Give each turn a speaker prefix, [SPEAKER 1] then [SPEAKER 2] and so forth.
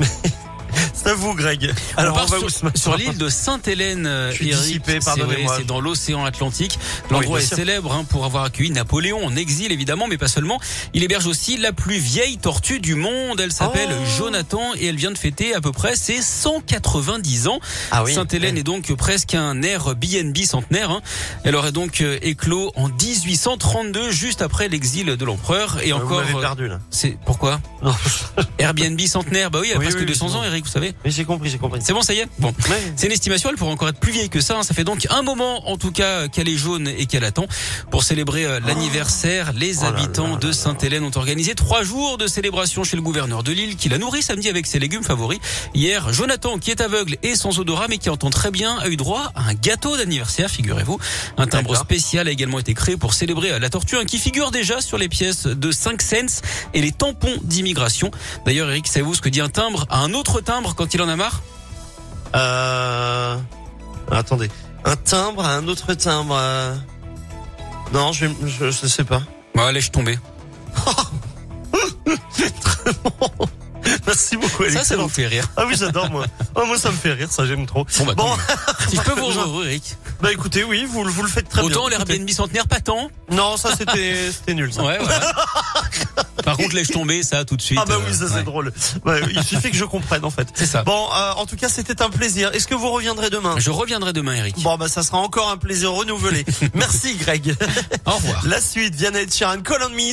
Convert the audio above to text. [SPEAKER 1] C'est à vous, Greg.
[SPEAKER 2] Alors, on, part
[SPEAKER 1] va
[SPEAKER 2] sur,
[SPEAKER 1] où ce matin
[SPEAKER 2] sur l'île de Sainte-Hélène, euh,
[SPEAKER 1] Je suis
[SPEAKER 2] Eric,
[SPEAKER 1] dissipé,
[SPEAKER 2] c'est
[SPEAKER 1] pardonnez-moi.
[SPEAKER 2] vrai, C'est dans l'océan Atlantique.
[SPEAKER 1] bien
[SPEAKER 2] L'endroit est
[SPEAKER 1] sûr.
[SPEAKER 2] célèbre hein, pour avoir accueilli Napoléon en exil, évidemment, mais pas seulement. Il héberge aussi la plus vieille tortue du monde. Elle s'appelle
[SPEAKER 1] Oh.
[SPEAKER 2] Jonathan et elle vient de fêter à peu près ses 190 ans.
[SPEAKER 1] Ah oui.
[SPEAKER 2] Sainte-Hélène est donc presque un air BNB centenaire. hein. Elle aurait donc euh, éclos en 1832, juste après l'exil de l'empereur. Et
[SPEAKER 1] Euh, Vous
[SPEAKER 2] encore,
[SPEAKER 1] m'avez
[SPEAKER 2] euh,
[SPEAKER 1] perdu, là.
[SPEAKER 2] c'est pourquoi
[SPEAKER 1] Non.
[SPEAKER 2] Airbnb centenaire, bah oui, il y a
[SPEAKER 1] Oui,
[SPEAKER 2] presque
[SPEAKER 1] oui,
[SPEAKER 2] 200 ans,
[SPEAKER 1] oui.
[SPEAKER 2] Eric, vous savez.
[SPEAKER 1] Mais j'ai compris, j'ai compris.
[SPEAKER 2] C'est bon, ça y est Bon.
[SPEAKER 1] Ouais.
[SPEAKER 2] C'est une estimation, elle pourrait encore être plus vieille que ça. hein. Ça fait donc un moment, en tout cas, qu'elle est jaune et qu'elle attend. Pour célébrer euh, l'anniversaire, les
[SPEAKER 1] Oh là là
[SPEAKER 2] habitants
[SPEAKER 1] là
[SPEAKER 2] de
[SPEAKER 1] là.
[SPEAKER 2] Sainte-Hélène ont organisé trois jours de célébration chez le gouverneur de l'île, qui la nourrit samedi avec ses légumes favoris. Hier, Jonathan, qui est aveugle et sans odorat, mais qui entend très bien, a eu droit à un gâteau d'anniversaire, figurez-vous. Un timbre
[SPEAKER 1] D'accord.
[SPEAKER 2] spécial a également été créé pour célébrer euh, la tortue, hein, qui figure déjà sur les pièces de 5 cents et les tampons d'immigration. D'ailleurs, Eric, savez-vous ce que dit un timbre à un autre timbre quand il en a marre
[SPEAKER 1] Euh... Attendez. Un timbre à un autre timbre. euh, Non, je, vais- je, je sais pas.
[SPEAKER 2] Bah, laisse tomber.
[SPEAKER 1] Très bon. Merci beaucoup,
[SPEAKER 2] Ça,
[SPEAKER 1] Alex.
[SPEAKER 2] ça vous fait rire.
[SPEAKER 1] Ah oui, j'adore, moi. Ah, moi, ça me fait rire, ça, j'aime trop.
[SPEAKER 2] Bon, bah,
[SPEAKER 1] Bon,
[SPEAKER 2] Si je peux vous
[SPEAKER 1] Je-
[SPEAKER 2] re- Eric.
[SPEAKER 1] bah écoutez, oui, vous, le- vous le faites très
[SPEAKER 2] Autant
[SPEAKER 1] bien.
[SPEAKER 2] l'Airbnb centenaire, pas tant.
[SPEAKER 1] Non, ça, c'était c'était nul, ça.
[SPEAKER 2] Ouais, ouais. Par contre, laisse tomber ça tout de suite.
[SPEAKER 1] Ah bah
[SPEAKER 2] euh,
[SPEAKER 1] oui, ça c'est
[SPEAKER 2] ouais.
[SPEAKER 1] drôle. Ouais, il suffit que je comprenne en fait.
[SPEAKER 2] C'est ça.
[SPEAKER 1] Bon, euh, en tout cas, c'était un plaisir. Est-ce que vous reviendrez demain
[SPEAKER 2] Ah. Je reviendrai demain, Eric.
[SPEAKER 1] Bon, bah ça sera encore un plaisir renouvelé. Merci Greg.
[SPEAKER 2] Au revoir.
[SPEAKER 1] La suite, Vianney Sharon, Call on Me,